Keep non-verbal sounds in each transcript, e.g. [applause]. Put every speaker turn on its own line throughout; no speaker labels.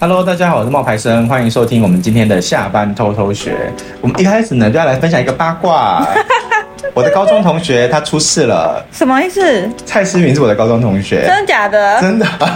Hello，大家好，我是冒牌生，欢迎收听我们今天的下班偷偷学。我们一开始呢就要来分享一个八 [laughs] 卦，我的高中同学他出事了，
什么意思？
蔡思云是我的高中同学，
真的假的？
呃真的，
哦，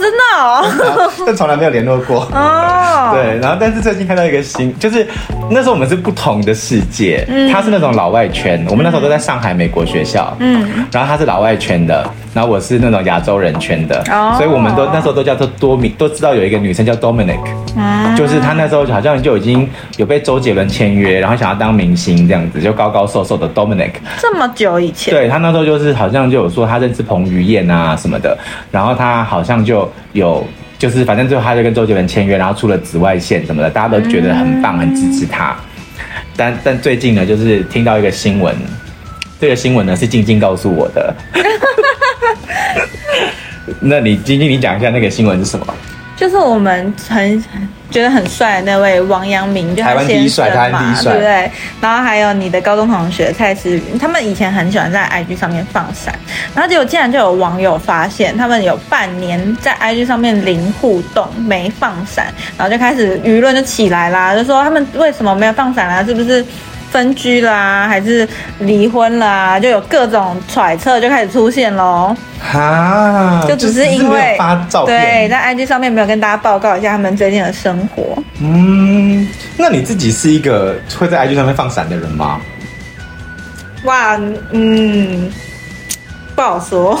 真的
[laughs]
哦。
但从来没有联络过。
哦，
对，然后但是最近看到一个新，就是那时候我们是不同的世界，他是那种老外圈，我们那时候都在上海美国学校，
嗯，
然后他是老外圈的，然后我是那种亚洲人圈的，
哦
所以我们都那时候都叫做多米，都知道有一个女生叫 Dominic，
嗯
就是她那时候好像就已经有被周杰伦签约，然后想要当明星这样子，就高高瘦瘦的 Dominic，
这么久以前，
对他那时候就是好像就有说他认识彭于晏啊什么的，然后他好像就有就是反正最后他就跟周杰伦签约，然后出了紫外线什么的，大家都觉得很棒，很支持他。但但最近呢，就是听到一个新闻，这个新闻呢是静静告诉我 [laughs] 的。那你晶晶，你讲一下那个新闻是什么？
就是我们很觉得很帅的那位王阳明，就他
台湾第一帅
先生嘛
台湾第一帅
对不对？然后还有你的高中同学蔡思云，他们以前很喜欢在 IG 上面放闪，然后结果竟然就有网友发现，他们有半年在 IG 上面零互动，没放闪，然后就开始舆论就起来啦，就说他们为什么没有放闪啊啦？是不是？分居啦，还是离婚啦，就有各种揣测就开始出现喽。
哈，
就只是因
啊没
为
有发照
对，
片。
在 IG 上面没有跟大家报告一下他们最近的生活。
嗯，那你自己是一个会在 IG 上面放闪的人吗？
哇，嗯，不好说。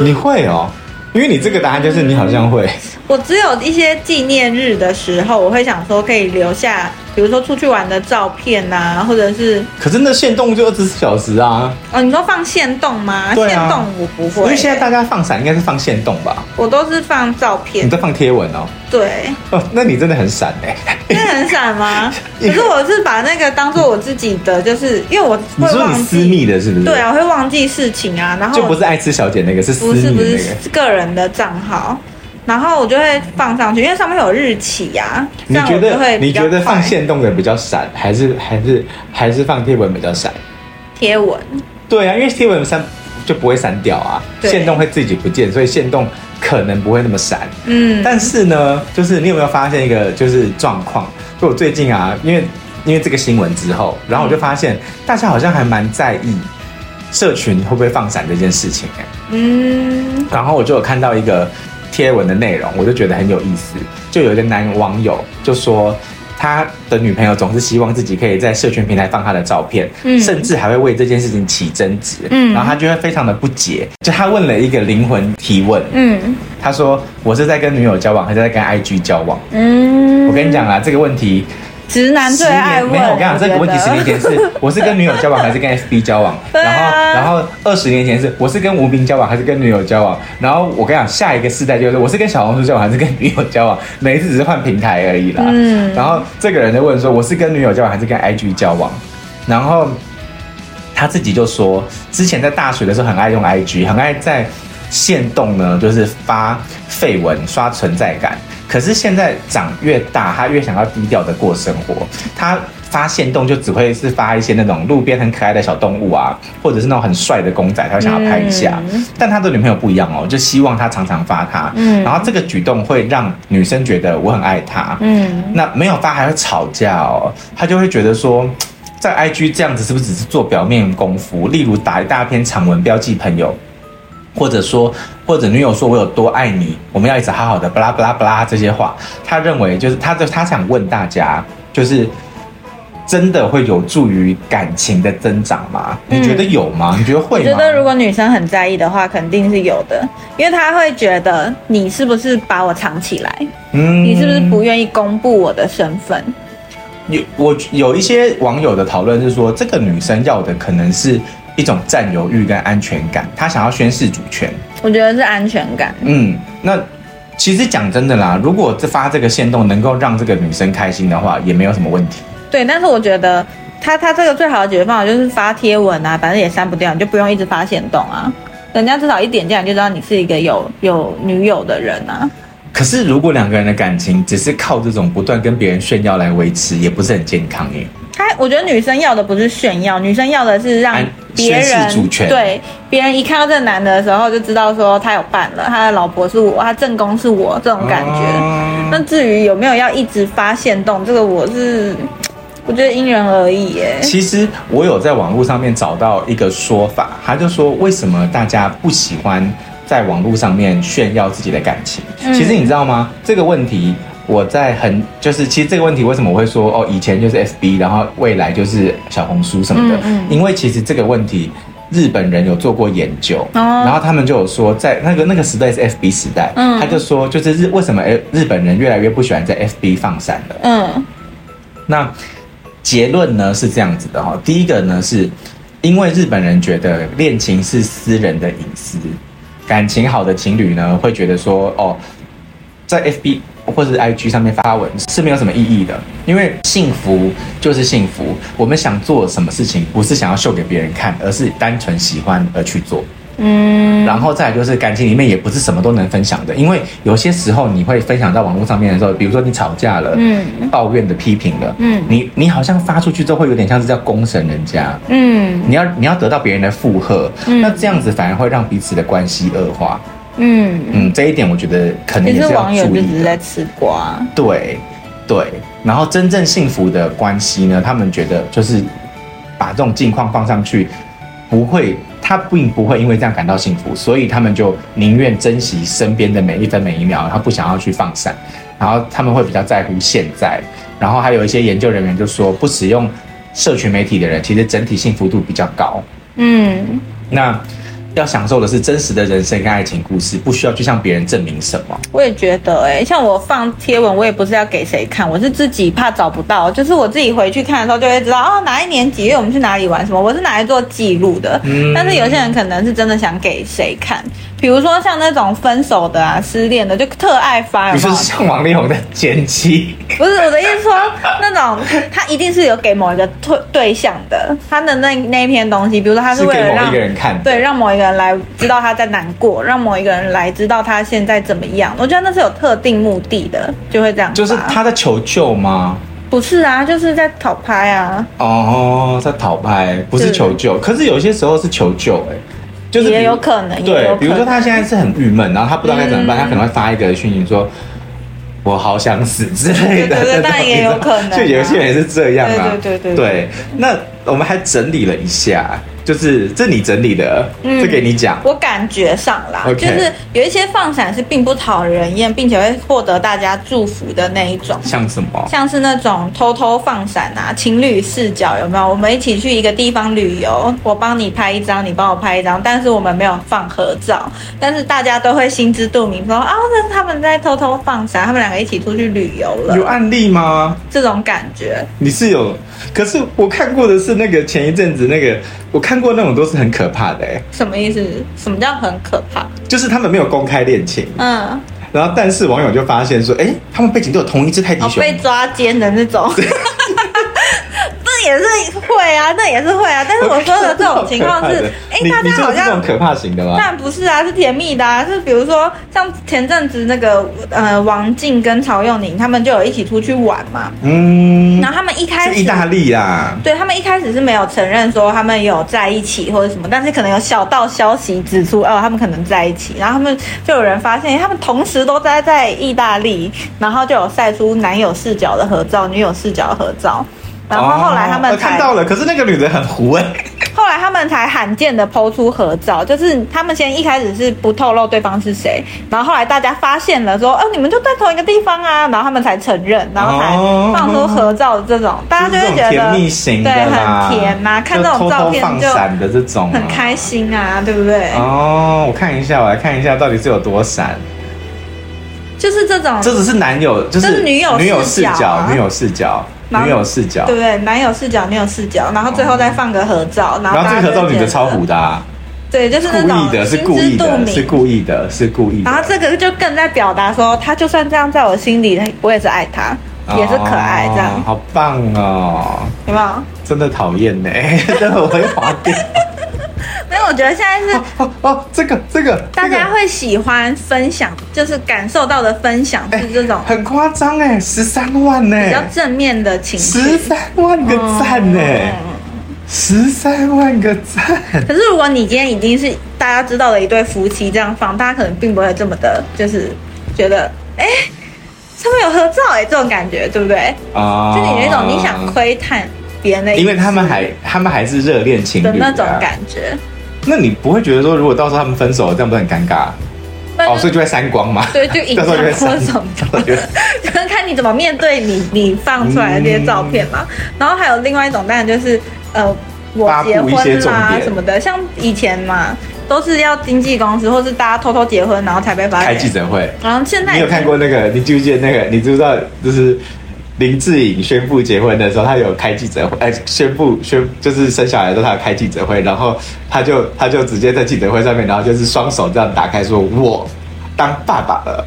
你会哦，因为你这个答案就是你好像会，
[laughs] 我只有一些纪念日的时候，我会想说可以留下，比如说出去玩的照片呐、或者是
可是那限动就二十四小时啊，
哦，你说放线动吗？
对
线
啊
动我不
因
会，
为现在大家放闪应该是放限动吧？
我都是放照
你
片。
在放贴文哦，
对，
哦，那你真的很闪
[laughs]
哎、
那很
[laughs]
闪吗？
因为
可是我是把那个当做我自己的，就是因为我
你
会
说
忘
你
记。
私密的是不是？
对，啊，我会忘记事情啊，然后
就不是爱吃小姐那个，是私
不
密
是
的
不
那
是
个。
是个人的账号，然后我就会放上去，因为上面有日期呀、啊。
你
这样
觉
我就
得
会比
你
较
觉得放
快
限动的比较闪，还是还是还是放贴文比较闪？
贴文？
对啊，因为贴文删就不会删掉啊，
对
限动会自己不见，所以限动可能不会那么闪。
嗯，
但是呢，就是你有没有发现一个就是状况？就我最近啊，因为因为这个新闻之后，然后我就发
嗯
现大家好像还蛮在意社群会不会放闪这件事情、欸、
嗯
然后我就有看到一个贴文的内容，我就觉得很有意思。就有一个男网友就说。他的女朋友总是希望自己可以在社群平台放他的照片，
嗯
甚至还会为这件事情起争执。
嗯
然后他就会非常的不解，就他问了一个灵魂提问，
嗯
他说：“我是在跟女友交往，还是在跟 IG 交往？”
嗯，
我跟你讲啦，这个问题
直男
十
最爱
年
问，
没有，我跟你讲，这个问题
觉
十
得
年前是我是跟女友交往还是跟 FB 交
[laughs]
往，
对啊
然后然后二十年前是我是跟吴斌交往还是跟女友交往，然后我跟你讲，下一个世代就是我是跟小红书交往还是跟女友交往，每一次只是换平台而已啦。
嗯
然后这个人就问说，我是跟女友交往还是跟 IG 交往，然后。他自己就说，之前在大学的时候很爱用 IG，很爱在线动呢，就是发绯闻、刷存在感。可是现在长越大，他越想要低调的过生活。他发线动就只会是发一些那种路边很可爱的小动物啊，或者是那种很帅的公仔，他会想要拍一下。
嗯
但他的女朋友不一样哦，就希望他常常发他。
嗯
然后这个举动会让女生觉得我很爱他。
嗯
那没有发还会吵架哦，他就会觉得说，在 IG 这样子是不是只是做表面功夫？例如打一大篇长文标记朋友，或者说或者女友说我有多爱你，我们要一直好好的，巴拉巴拉巴拉这些话，他认为就是他就他想问大家，就是。真的会有助于感情的增长吗？你觉得有吗？你觉得
我
会吗？
觉得如果女生很在意的话，肯定是有的，因为她会觉得你是不是把我藏起来，
嗯
你是不是不愿意公布我的身份？
有我有一些网友的讨论是说，这个女生要的可能是一种占有欲跟安全感，她想要宣示主权。
我觉得是安全感。
嗯，那其实讲真的啦，如果这发这个线动能够让这个女生开心的话，也没有什么问题。
对，但是我觉得他他这个最好的解决方法就是发贴文啊，反正也删不掉，你就不用一直发现动啊。人家至少一点进来就知道你是一个有有女友的人啊。
可是如果两个人的感情只是靠这种不断跟别人炫耀来维持，也不是很健康耶。
他我觉得女生要的不是炫耀，女生要的是让
安
别
宣
人
示主权
对别人一看到这个男的的时候，就知道说他有伴了，他的老婆是我，他正宫是我这种感觉。
哦
那至于有没有要一直发现动，这个我是我觉得因人而异耶。
其实我有在网络上面找到一个说法，他就说为什么大家不喜欢在网络上面炫耀自己的感情？
嗯
其实你知道吗？这个问题我在很就是，其实这个问题为什么我会说哦，以前就是 FB，然后未来就是小红书什么的，
嗯嗯
因为其实这个问题。日本人有做过研究，
哦
然后他们就有说，在那个那个时代是 FB 时代，
嗯
他就说，就是日为什么呃日本人越来越不喜欢在 FB 放闪了。
嗯
那结论呢是这样子的哈、第一个呢是因为日本人觉得恋情是私人的隐私，感情好的情侣呢会觉得说哦，在 FB 或者是 IG 上面发文是没有什么意义的，因为幸福就是幸福，我们想做什么事情不是想要秀给别人看，而是单纯喜欢而去做。
嗯，
然后再来就是感情里面也不是什么都能分享的，因为有些时候你会分享到网络上面的时候，比如说你吵架了，
嗯
抱怨的批评了，
嗯
你你好像发出去之后会有点像是在攻审人家，
嗯
你要你要得到别人的附和，
嗯
那这样子反而会让彼此的关系恶化，
嗯，
嗯，这一点我觉得可能
也
也
是
是要
网友
注
就只
意
是在
的，
吃瓜。
对对，然后真正幸福的关系呢，他们觉得就是把这种境况放上去，不会。他并不会因为这样感到幸福，所以他们就宁愿珍惜身边的每一分每一秒，然后不想要去放闪，然后他们会比较在乎现在。然后还有一些研究人员就说，不使用社群媒体的人，其实整体幸福度比较高。
嗯
那要享受的是真实的人生跟爱情故事，不需要去向别人证明什么。
我也觉得、欸，哎，像我放贴文，我也不是要给谁看，我是自己怕找不到，就是我自己回去看的时候就会知道，哦，哪一年几月我们去哪里玩什么，我是拿来做记录的。
嗯
但是有些人可能是真的想给谁看，比如说像那种分手的啊、失恋的，就特爱发，
你
有没
说
有
像王力宏的前妻，
不是我的意思说，那种他一定是有给某一个对对象的，他的那那一篇东西，比如说他
是
为
给
了
某一
让
个人看的。
对，让某一个人来知道他在难过，让某一个人来知道他现在怎么样。我觉得那是有特定目的的，就会这样吧。
就是他在求救吗？
不是啊，就是在讨拍啊，
哦，在讨拍，不是
对
求救。可是有些时候是求救、哎，就是比
也有可能，也有可
对，
能嗯
比如说他现在是很郁闷，然后他不知道该怎么办，他可能会发一个讯息说。我好想死之类的，
对
[laughs]
对对
那种
但也有
你知道
可能啊
就有些人是这样啊。
对对对对
对。那我们还整理了一下，就是这你整理的，
嗯
这给你讲。
我感觉上啦
OK
就是有一些放闪是并不讨人厌，并且会获得大家祝福的那一种。
像什么？
像是那种偷偷放闪啊，情侣视角有没有？我们一起去一个地方旅游，我帮你拍一张，你帮我拍一张，但是我们没有放合照，但是大家都会心知肚明说啊，那是他们在偷偷放闪，他们两个一起出去旅游
有
了，
案例吗？
这种感觉。
你是有，可是我看过的是那个前一阵子那个，我看过那种都是很可怕的、哎，
什么意思？什么叫很可怕？
就是他们没有公开恋情，
嗯，
然后但是网友就发现说，哎、他们背景都有同一只泰迪
哦，
熊，
被抓奸的
[laughs]
那种， [laughs] 这也是会啊，那也是会啊。但是我说的这种情况是，
[laughs]
哎、
你
大
你
家
说
好
的是这
像
种可怕型的吗？
但不是啊，是甜蜜的啊，是比如说像前阵子那个呃王静跟曹佑宁他们就有一起出去玩嘛，
嗯，
然后他们一开
是
始
意大利啦，
对他们一开始是没有承认说他们有在一起或者什么，但是可能有小道消息指出哦他们可能在一起，然后他们就有人发现他们同时都待在意大利，然后就有晒出男友视角的合照、女友视角的合照，然后后来他
哦
们
我
才、
看到了，可是那个女的很糊哎、
[laughs] 后来他们才罕见的抛出合照，就是他们先一开始是不透露对方是谁，然后后来大家发现了说，哦、你们就在同一个地方啊，然后他们才承认，然后才放出合照的这种，大家就会觉
哦嗯是这种甜
得
蜜型
对，
的啦，
很甜呐、看这种照
就
片
偷偷放
就
闪的这种、
很开。心啊，对不对？
哦，我看一下，我来看一下到底是有多闪。
就是这种，
这只是男友，就
这
是
是女友
女友
视
视
角
角
啊，
女友视角，
然后
女友视角
对。不对？男友视角，女友视角，然后最后再放个合照，然后
然后
大
这
家
个合照
就会
女的
觉得
超糊的啊，
对，就是那
故
种
意的，是
心
故
知
意
肚
的，
明啊
是故意的，是故意的。
然后这个就更在表达说，他就算这样在我心里，我也是爱他，也是可爱，这
哦
样
好棒哦！
有没有？ [laughs]
真的讨厌呢， [laughs] 真的我会滑掉。
没有，我觉得现在是
哦哦，这个这个，
大
这
家
个
会喜欢分享，就是感受到的分享是这种
哎很夸张哎，十三万呢
比，较正面的情绪。
十三万个赞呢，
嗯
十三万个赞，
可是如果你今天已经是大家知道的一对夫妻这样放，大家可能并不会这么的，就是觉得哎、上面有合照哎、这种感觉，对不对？
啊
就你有一种你想窥探别人的隐
哦
私，
因为他们还他们还是热恋情侣
的
啊
那种感觉。
那你不会觉得说，如果到时候他们分手了，这样不是很尴尬？
那
哦，
就
所以就会删光
[laughs]
嘛？
对，就隐
到时候就会
藏或
删
什么
到时候就会
就是看你怎么面对你你放出来的这些照片嘛。
嗯
然后还有另外一种，当然就是呃，我
发布
结
一些
婚
重
啦
点
什么的，像以前嘛，都是要经纪公司或是大家偷偷结婚，然后才被发
开记
现。
者会。
然后现在
你有
已经
看过那个？你记不记得那个？你知不知道？就是林志颖宣布结婚的时候，他有开记者会，哎、宣布宣就是生小孩的时候，他有开记者会，然后他就他就直接在记者会上面，然后就是双手这样打开说，我当爸爸了。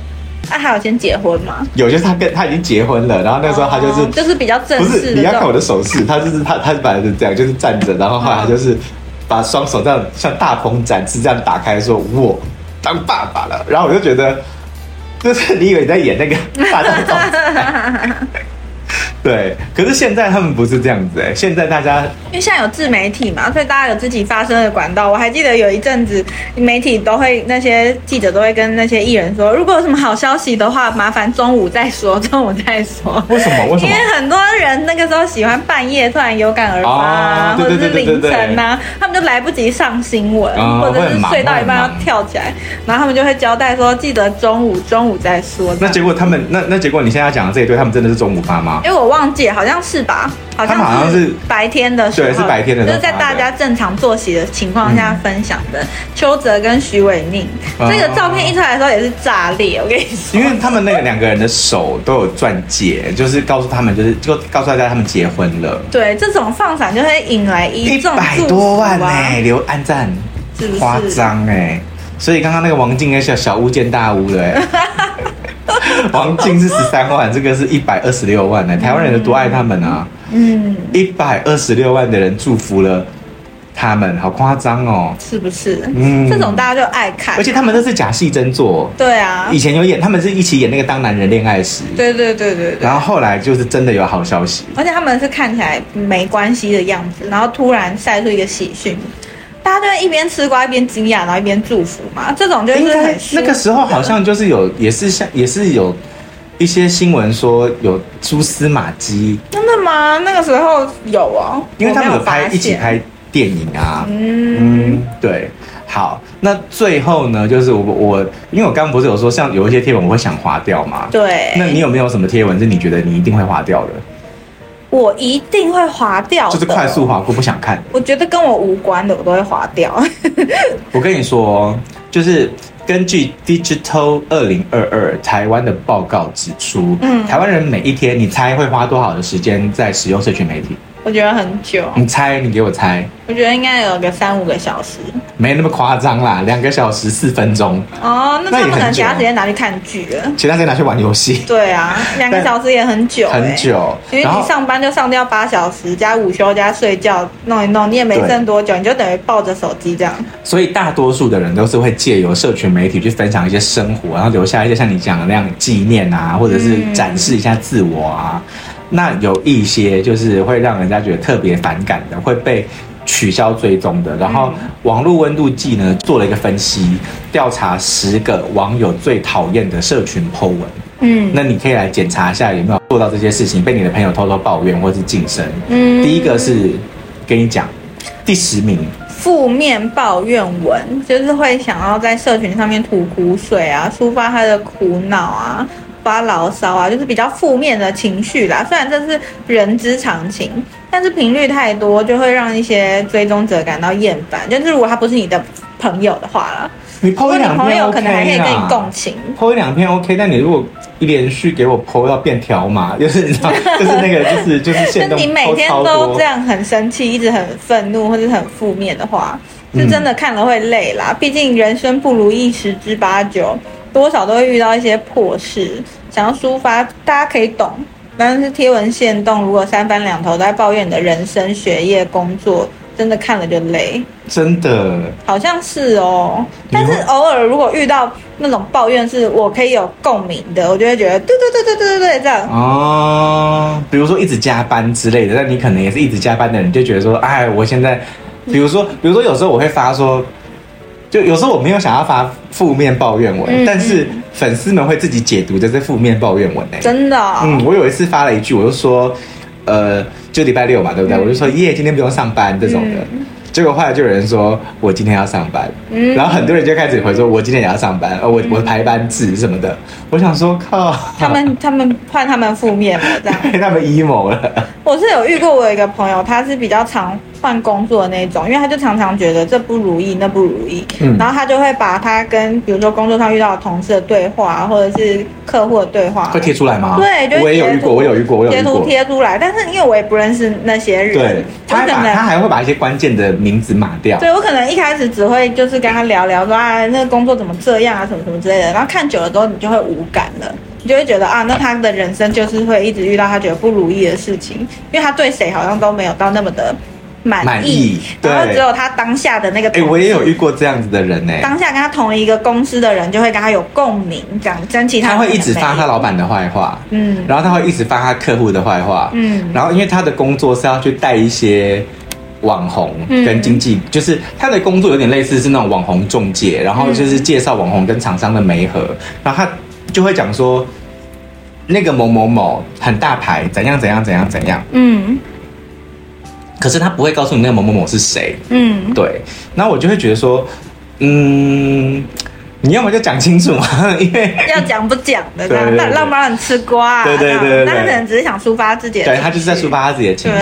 啊，还有先结婚嘛？
有就是他跟他已经结婚了，然后那时候他就是、
哦就是比较正
不
式
是，
的
你
这
要看我
种。
的手势，他就是他，他本来是这样，就是站着，然后后来他
嗯
就是把双手这样像大鹏展翅这样打开，说“我当爸爸了”，然后我就觉得，就是你以为你在
[laughs]
演那个大丈夫，对，可是现在他们不是这样子哎、现在大家
因为现在有自媒体嘛，所以大家有自己发声的管道。我还记得有一阵子，媒体都会那些记者都会跟那些艺人说，如果有什么好消息的话，麻烦中午再说，中午再
[laughs]
说。
为什么为什
因
么
为很多人那个时候喜欢半夜突然有感而发啊，
哦对
或者是
对对
凌
对
晨呐、他们就来不及上新闻，
哦
或
会
者是
很忙
睡到一半
会
要
很忙
跳起来，然后他们就会交代说，记得中午中午再说。这
那
样
结果他们那那结果你现在要讲的这一对，他们真的是中午发吗？
因为哎我忘记了，好像是吧？好像
他们好像是
白天的时候，
对是白天的时
就
候
是在大家正常作息的情况下分享的。邱泽跟徐伟宁、
哦
这个照片一出来的时候也是炸裂，我跟你说
因。为他们那个两个人的手都有钻戒，就是告诉他们，就是就告诉大家他们结婚了。
[laughs] 对，这种放闪就会引来一
一
众
百
祝福
多万呢、
啊
留按赞，
是不是
夸张哎！所以刚刚那个王静也小小巫见大巫了、
[laughs]
欸，王静是十三万，这个是一百二十六万呢、台湾人有多爱他们啊！
嗯，
一百二十六万的人祝福了他们，好夸张哦！
是不是？
嗯
这种大家就爱看，
而且他们都是假戏真做，
对啊
以，前有演，他们是一起演那个《当男人恋爱时》，
对对对对对
然。后后来就是真的有好消息，
而且他们是看起来没关系的样子，然后突然晒出一个喜讯，大家就会一边吃瓜一边惊讶，然后一边祝福嘛。这种 [laughs] 就是
应该
很舒
那个时候
服的
好像就是有，也是像也是有一些新闻说有蛛丝马迹，
真的吗？那个时候有哦，
因为他们
我
有
没有发
拍
现
一起，拍电影啊。
嗯，
嗯，对。好，那最后呢，就是我我因为我刚刚不是有说，像有一些贴文我会想划掉嘛。
对。
那你有没有什么贴文是你觉得你一定会划掉的？
我一定会划掉，
就是快速。划过不想看。
我觉得跟我无关的我都会划掉， [laughs]
我跟你说，哦就是根据 Digital 二零二二台湾的报告指出，
嗯
台湾人每一天，你猜会花多少的时间在使用社群媒体？
我觉得很久，
你猜，你给我猜，
我觉得应该有个三五个小时。
没那么夸张啦，两个小时四分钟，
哦，那
那
他
也
们可能
很
其
久啊
他时间拿去看剧了。
其他时间拿去玩游戏，
对啊，两个小时也很久、欸，
很。久。
因为
然
你
后
上班就上掉八小时，加午休加睡觉，弄一弄，你也没
对
剩多久，你就等于抱着手机这样。
所以大多数的人都是会借由社群媒体去分享一些生活，然后留下一些像你讲的那样纪念啊，或者是
嗯
展示一下自我啊。那有一些就是会让人家觉得特别反感的，会被取消追踪的。然后
嗯
网络温度计呢做了一个分析，调查十个网友最讨厌的社群 po 文。
嗯
那你可以来检查一下有没有做到这些事情，被你的朋友偷偷抱怨或是晋升。
嗯
第一个是跟你讲，第十名
负面抱怨文，就是会想要在社群上面吐苦水啊，抒发他的苦恼啊，发牢骚啊，就是比较负面的情绪啦。虽然这是人之常情，但是频率太多就会让一些追踪者感到厌烦。就是如果他不是你的朋友的话啦，
你
如
抛
果
一
你
两篇、OK 啊、
朋友可能还可以跟你共情。
剖一两篇 OK，但你如果一连续给我剖到变条码， [laughs] 就是你知道，就是那个就是就是
[laughs] 就
线动
你每天
超
都
多
这，样很生气，一直很愤怒或者很负面的话，
嗯
是真的看了会累啦。毕竟人生不如意十之八九，多少都会遇到一些破事，想要抒发，大家可以懂。但是贴文限动，如果三番两头都在抱怨你的人生、学业、工作、真的看了就累，
真的，
好像是哦。
你会
但是偶尔如果遇到那种抱怨是我可以有共鸣的，我就会觉得对对对对对对对这样。
哦，比如说一直加班之类的，但你可能也是一直加班的人，就觉得说，哎，我现在，比如说，比如说有时候我会发说，就有时候我没有想要发负面抱怨文，
嗯
但是粉丝们会自己解读这是负面抱怨文诶、
真的哦、
嗯，我有一次发了一句，我就说，呃，就礼拜六嘛，对不对？
嗯
我就说耶，今天不用上班这种的。结果后来就有人说我今天要上班，
嗯
然后很多人就开始回说我今天也要上班，呃，我我排班制什么的。我想说靠，
他们他们换他们负面了这样。
被 [laughs] 他们 emo 了，
我是有遇过，我有一个朋友，他是比较常换工作的那一种，因为他就常常觉得这不如意，那不如意，
嗯
然后他就会把他跟比如说工作上遇到的同事的对话，或者是客户的对话，
[laughs] 会贴出来吗？
对，就是
我也有
截
遇
图
过，我有遇过，我有
截
遇
图
过。
贴出来，但是因为我也不认识那些人，
对，他还
我可
把他
能。
还会把一些关键的名字码掉。
对，我可能一开始只会就是跟他聊聊说啊，那个工作怎么这样啊，什么什么之类的。然后看久了之后，你就会无感了，你就会觉得啊，那他的人生就是会一直遇到他觉得不如意的事情，因为他对谁好像都没有到那么的满意，
满意
然后
对
只有他当下的那个
哎、
同事，
我也有遇过这样子的人哎呢、
当下跟他同一个公司的人就会跟他有共鸣，这样争取
他
的
会一直
美
发他老板的坏话，
嗯
然后他会一直发他客户的坏话，
嗯
然后因为他的工作是要去带一些网红
嗯
跟经济，就是他的工作有点类似是那种网红中介，然后就是介绍网红跟厂商的媒合，然后他就会讲说那个某某某很大牌，怎样怎样怎样怎样，
嗯
可是他不会告诉你那个某某某是谁，
嗯，
对，那我就会觉得说，嗯，你要么就讲清楚嘛， [laughs] 因为。
要讲不讲的，这
对
样
对
让
对
让不让你吃瓜、啊，
对对
这样
对对对
但他可能只是想抒发自己的，
对他就是在抒，发他自己的情绪，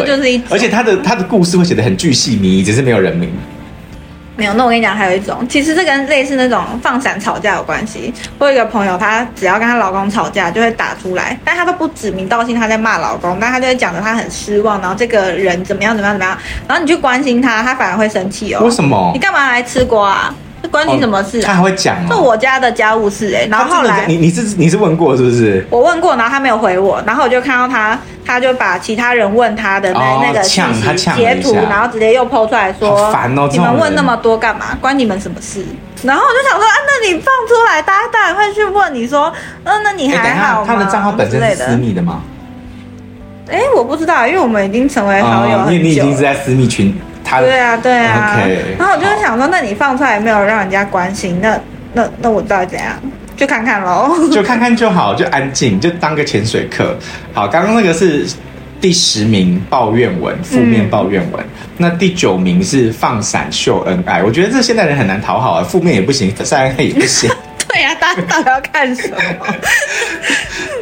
对，
这就是一种，
而且他的他的故事会写得很巨细靡遗，只是没有人名。
没有。那我跟你讲，还有一种，其实这跟类似那种放闪吵架有关系。我有一个朋友，她只要跟她老公吵架，就会打出来，但她都不指名道姓她在骂老公，但她就会讲的她很失望，然后这个人怎么样怎么样怎么样，然后你去关心她，她反而会生气哦。
为什么
你？干嘛来吃瓜、啊？这关你什么事
哦他
啊、
还会讲
这
哦。
我家的家务事哎、然后后
他真
来
的你你是你是问过是不是？
我问过，然后他没有回我，然后我就看到他，他就把其他人问他的那、
哦
那个信
呛他
息
呛了
截
一
图，
下
然后直接又抛出来说，
好烦哦这
你
种人
们问那么多干嘛？关你们什么事？然后我就想说，啊，那你放出来，大家当然会去问你说，嗯、那你
哎等一
还
下
好吗？
他的账号本
之
身
类
是私
的。
密的吗？
哎，我不知道，因为我们已经成为好友
哦你
很
你已
久
经
了。
是在私密群，他
对啊，对啊。
OK，
然后我就想说，那你放出来没有让人家关心？那那那我到底怎样？就看看喽。
就看看就好，就安静，就当个潜水客。好，刚刚那个是第十名抱怨
嗯
文，负面抱怨文。那第九名是放闪秀恩爱，我觉得这现代人很难讨好啊，负面也不行， [laughs] 善爱也不行。
[laughs] 对啊，大家到底要看什么？
[laughs]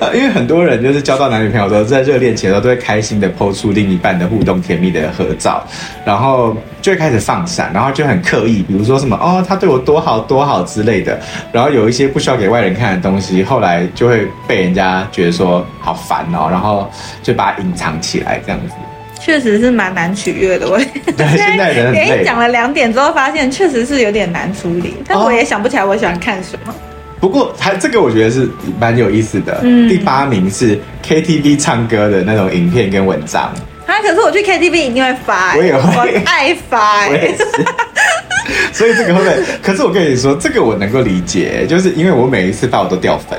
呃，因为很多人就是交到男女朋友的时候，在热恋期的时候都会开心的抛出另一半的互动甜蜜的合照，然后就会开始放闪，然后就很刻意，比如说什么哦，他对我多好多好之类的，然后有一些不需要给外人看的东西，后来就会被人家觉得说好烦哦，然后就把它隐藏起来这样子。
确实是蛮难取
[laughs]
悦的。我
对，现在人很
给你
累。
讲了两点之后，发现确实是有点难处理，但
哦
我也想不起来我喜欢看什么。
不过还这个我觉得是蛮有意思的。
嗯
第八名是 KTV 唱歌的那种影片跟文章。
啊，可是我去 KTV 一定会发、欸，
我也会
我爱发、
我也
欸。
是。所以这个会不会？可是我跟你说，这个我能够理解，就是因为我每一次发我都掉粉，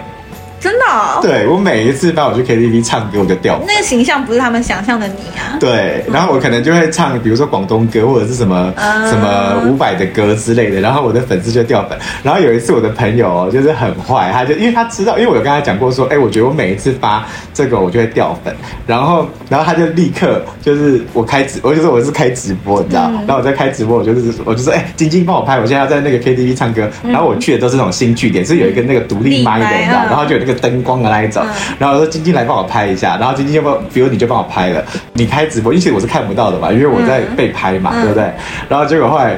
真的、哦，
对我每一次发我去 KTV 唱歌我就掉粉，
那个形象不是他们想象的你啊。
对，然后我可能就会唱，比如说广东歌或者是什么、
啊
什么伍佰的歌之类的，然后我的粉丝就掉粉。然后有一次我的朋友哦就是很坏，他就因为他知道，因为我有跟他讲过说，哎，我觉得我每一次发这个我就会掉粉，然后然后他就立刻就是我开直，我就说我是开直播，你知道，然后我在开直播，我就是我就说，哎，晶晶帮我拍，我现在要在那个 KTV 唱歌，然后我去的都是那种新据点，是有一个那个独立
立
麦的，
麦
你知道，
嗯
然后就有那个灯光的那一种
嗯，
然后我说晶晶来帮我拍一下，然后晶晶就帮，比如你就帮我拍了，你开直播，因为其实我是看不到的嘛，因为我在被拍嘛，
嗯
对不对？然后结果后来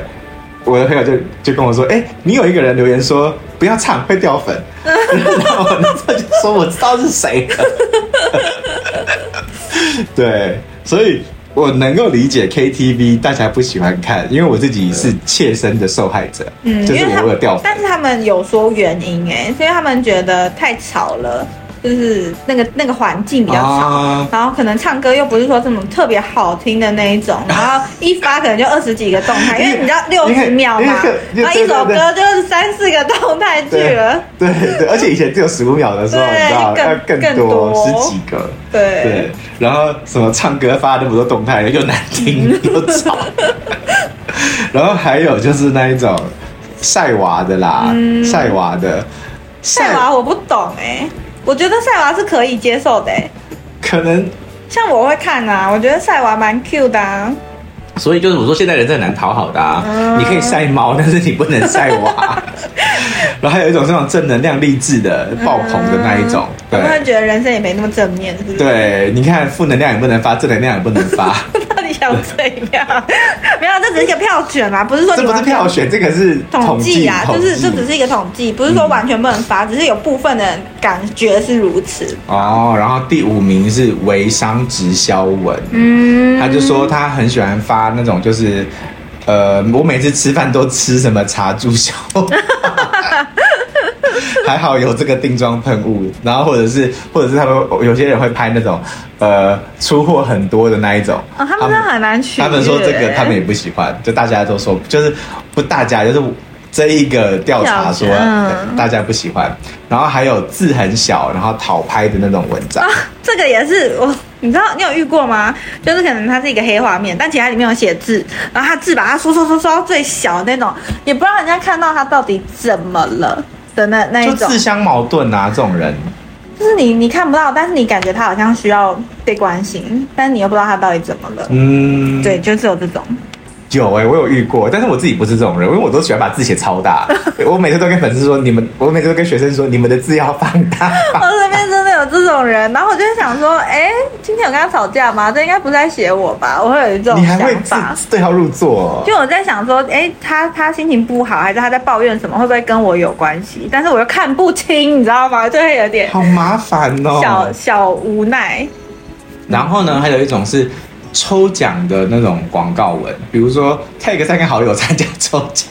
我的朋友就就跟我说，哎、你有一个人留言说不要唱会掉
[laughs]
粉，然后我那时候就说我知道是谁 [laughs] 了，对，所以。我能够理解 KTV 大家不喜欢看，因为我自己是切身的受害者，
嗯，
就
因
是
为
我有掉粉
他，但。是他们有说原因哎、欸，所以他们觉得太吵了，就是那个那个环境比较吵，
啊，
然后可能唱歌又不是说这种特别好听的
[laughs]
那一种，然后一发可能就二十几个动态，因为你知道六十秒嘛
因为因为，
然后一首歌就是三四个动态去了，
对对，而且以前只有十五秒的时候，
对
你知道
更
要
更
多
多
十几个，
对
对，然后什么唱歌发那么多动态，又难听
嗯
又吵，然后还有就是那一种晒娃的啦，晒娃的，
赛嗯娃我不懂哎、我觉得赛娃是可以接受的、欸，
可能，
像我会看啊，我觉得赛娃蛮 Q 的、啊，
所以就是我说现在人真的很难讨好的啊，
嗯
你可以晒猫，但是你不能晒
[laughs]
娃。然后还有一种这种正能量励志的爆棚的那一种，
他们
对
会觉得人生也没那么正面，是不是？
对，你看负能量也不能发，正能量也不能发。
[laughs] 到底想怎样？没有，这只是一个票选嘛，不 [laughs] 是说
这
你
不是
完全
票选，这个是
统
计
计啊，就是这只是一个统计，不是说完全不能发，只是有部分的人感觉是如此。
哦。然后第五名是微商直销文，
嗯，
他就说他很喜欢发那种就是。呃，我每次吃饭都吃什么茶助消，
[laughs]
还好有这个定妆喷雾，然后或者是或者是他们有些人会拍那种呃出货很多的那一种，
哦，他们真的很难取悦。
他们说这个他们也不喜欢，就大家都说就是不大家就是这一个调查说、
调查嗯
大家不喜欢，然后还有字很小然后讨拍的那种文章
[laughs] 啊，，这个也是我，你知道你有遇过吗？就是可能它是一个黑画面，但其他里面有写字，然后他字把它缩缩缩缩到最小那种，也不让人家看到他到底怎么了的那那一
就
种
自，相矛盾啊这种人，
就是你你看不到，但是你感觉他好像需要被关心，但是你又不知道他到底怎么了。
嗯，
对，就只有这种。
有哎、我有遇过，但是我自己不是这种人，因为我都喜欢把字写超
[laughs]
大，我每次都跟粉丝说你们，我每次都跟学生说你们的字要放大。
我身边真的有这种人，然后我就会想说，哎、今天有跟他吵架吗？这应该不是在写我吧？我会有这种
你还会
想
字
法。
对号入座、哦
就我在想说，哎、他他心情不好，还是他在抱怨什么，会不会跟我有关系？但是我又看不清，你知道吗？就会有点
好麻烦哦、
小、小无奈。
然后呢，还有一种是抽奖的那种广告文，比如说 tag 三个好友参加抽奖，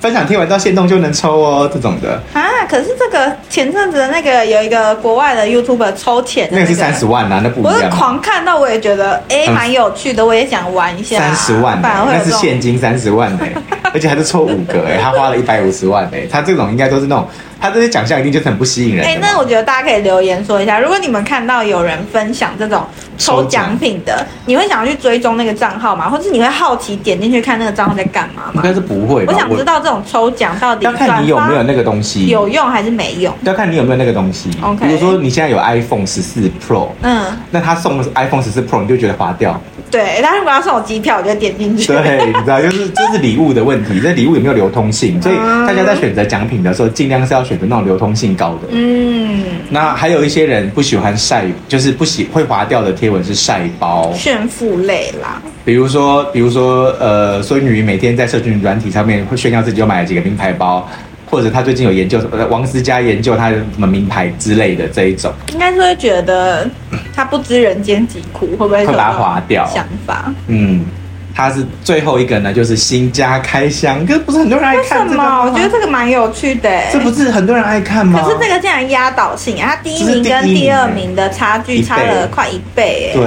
分享贴文到线动就能抽哦，这种的，
啊，可是这个前阵子的那个有一个国外的 YouTuber 抽钱的、
那
那
个
个，
是三十万啊，那不
我
一
是
样。
狂看到，我也觉得哎
嗯
蛮、有趣的，我也想玩一下。
三十万、
反而
欸，
会有
那是
这种
现金三十万呢、欸而且还是抽五个哎、他花了一百五十万哎、他这种应该都是那种，他这些奖项一定就是很不吸引人
哎、
的嘛。
那我觉得大家可以留言说一下，如果你们看到有人分享这种抽奖品的，你会想要去追踪那个账号吗？或是你会好奇点进去看那个账号在干嘛
应
吗？
该是不会吧？
我想知道这种抽奖到底
要看你有没有
转
那个东
发
西，
有用还是没用？
要看你有没有那个东西。
OK
比如说你现在有 iPhone 十四 Pro，
嗯，
那他送 iPhone 十四 Pro，你就觉得划掉。
对。但如果要送我机票，我就点进去。
[laughs] 对，你知道，就是啊这是礼物的问题，这礼物有没有流通性？所以
嗯
大家在选择奖品的时候，尽量是要选择那种流通性高的。
嗯，
那还有一些人不喜欢晒，就是不喜会划掉的贴文是晒包，
炫富类啦，
比如说，比如说，呃，孙女每天在社群软体上面会炫耀自己又买了几个名牌包，或者她最近有研究什么，呃王思佳研究她的什么名牌之类的这一种，
应该是会觉得他不知人间疾苦，会不会
会
有
把它划掉
想法？
嗯，她是最后一个呢，就是新家开箱，可是不是很多人爱
为什
看这个
么？
吗？
我觉得这个蛮有趣的、欸。
这不是很多人爱看吗？
可是这个竟然压倒性啊！他第一名跟第二名的差距差了快一倍、哎，
对。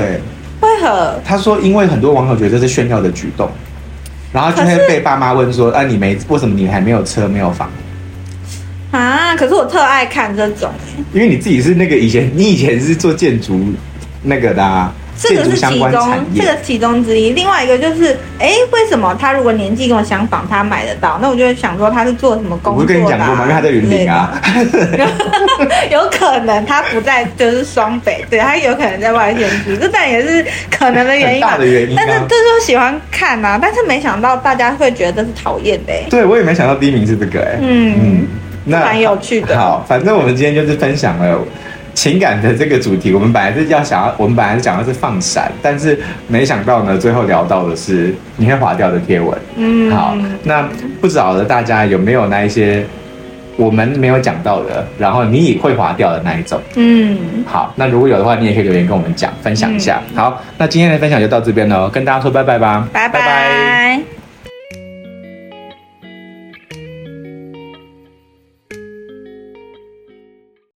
为何？
他说，因为很多网友觉得这是炫耀的举动，然后就会
可是
被爸妈问说：“啊，你没为什么你还没有车没有房？
啊！可是我特爱看这种、哎
因为你自己是那个以前你以前是做建筑那个的、啊，
这
建
个
筑
是
相
其
关
中
产，业
这。个其中之一。另外一个就是，哎、为什么他如果年纪跟我相仿，他买得到？那我就会想说他是做什么
我
工
不
作
是
的、
跟
啊
你讲过吗？因为他在云林啊，
之类的， [laughs] 有可能他不在就是双北，对他有可能在外县市，这但也是可能的原
很
因吧。
大的原因啊
但是这就是喜欢看啊，但是没想到大家会觉得这是讨厌的、哎
[laughs] 对我也没想到第一名是这个哎、
嗯，
那
蛮有趣的
好，反正我们今天就是分享了情感的这个主题。我们本来是要想要，我们本来是讲的是放闪，但是没想到呢，最后聊到的是你会划掉的贴文。
嗯，
好，那不晓得大家有没有那一些我们没有讲到的，然后你也会划掉的那一种。
嗯，
好，那如果有的话，你也可以嗯留言跟我们讲，分享一下。好，那今天的分享就到这边喽，跟大家说拜拜吧，
拜拜